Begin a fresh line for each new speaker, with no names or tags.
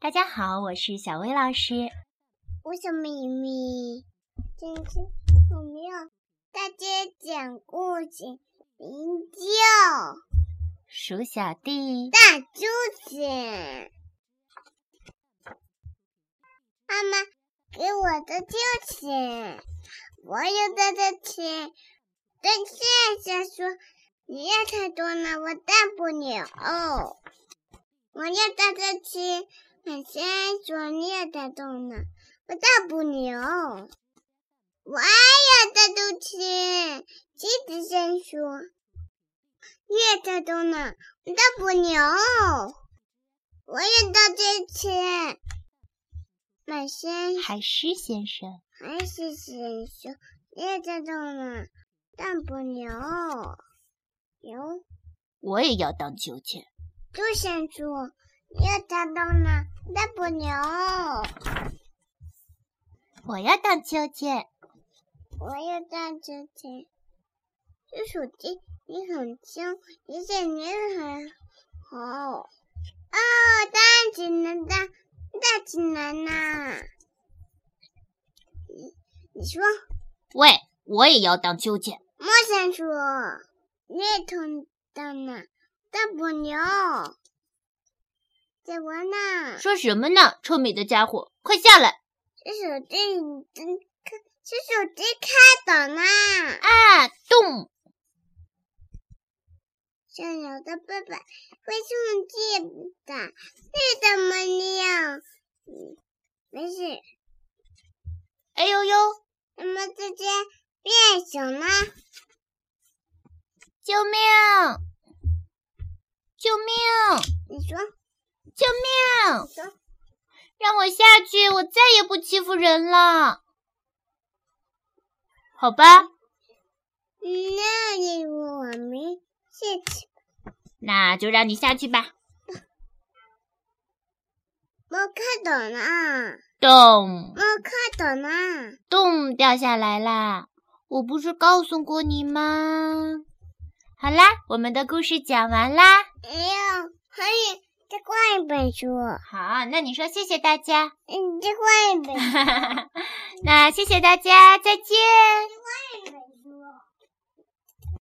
大家好，我是小薇老师。
我是咪咪，今天我们要大家讲故事，名叫《
鼠小弟
大猪姐》。妈妈给我的丢钱，我有的的钱，但现在说你要太多了，我带不了。我要带的钱，很先说你要带动了，我带不了。我也要带动钱，妻子先说，越带动了，我带不了。我也带这钱。满先
海狮先生，
还是先说，越带动了，带不了。有。
我也要荡秋千。
就想说，要找到呢，大不了。
我要荡秋千。
我要到秋千。这手机你很轻，而且你很好。哦，大起来大大起来啦！你你说，
喂，我也要荡秋千。
莫想说，你也同到呢，大不了。在玩呢。
说什么呢？臭美的家伙，快下来！
这手机已经开，这手机开走啦！
啊，动！
上有的爸爸会送记的，是怎么样？嗯，没事，
哎呦呦，
咱们直接变形啦！
救命！救命！
你说，
救命！
你说，
让我下去，我再也不欺负人了。好吧，
嗯那因为我没谢谢
那就让你下去吧。
我看懂了，
咚
我看懂了，
咚掉下来啦！我不是告诉过你吗？好啦，我们的故事讲完啦。
哎呀，还有再换一本书，哎
好，那你说谢谢大家，
嗯，再换一本，
那谢谢大家，再见。
换一本。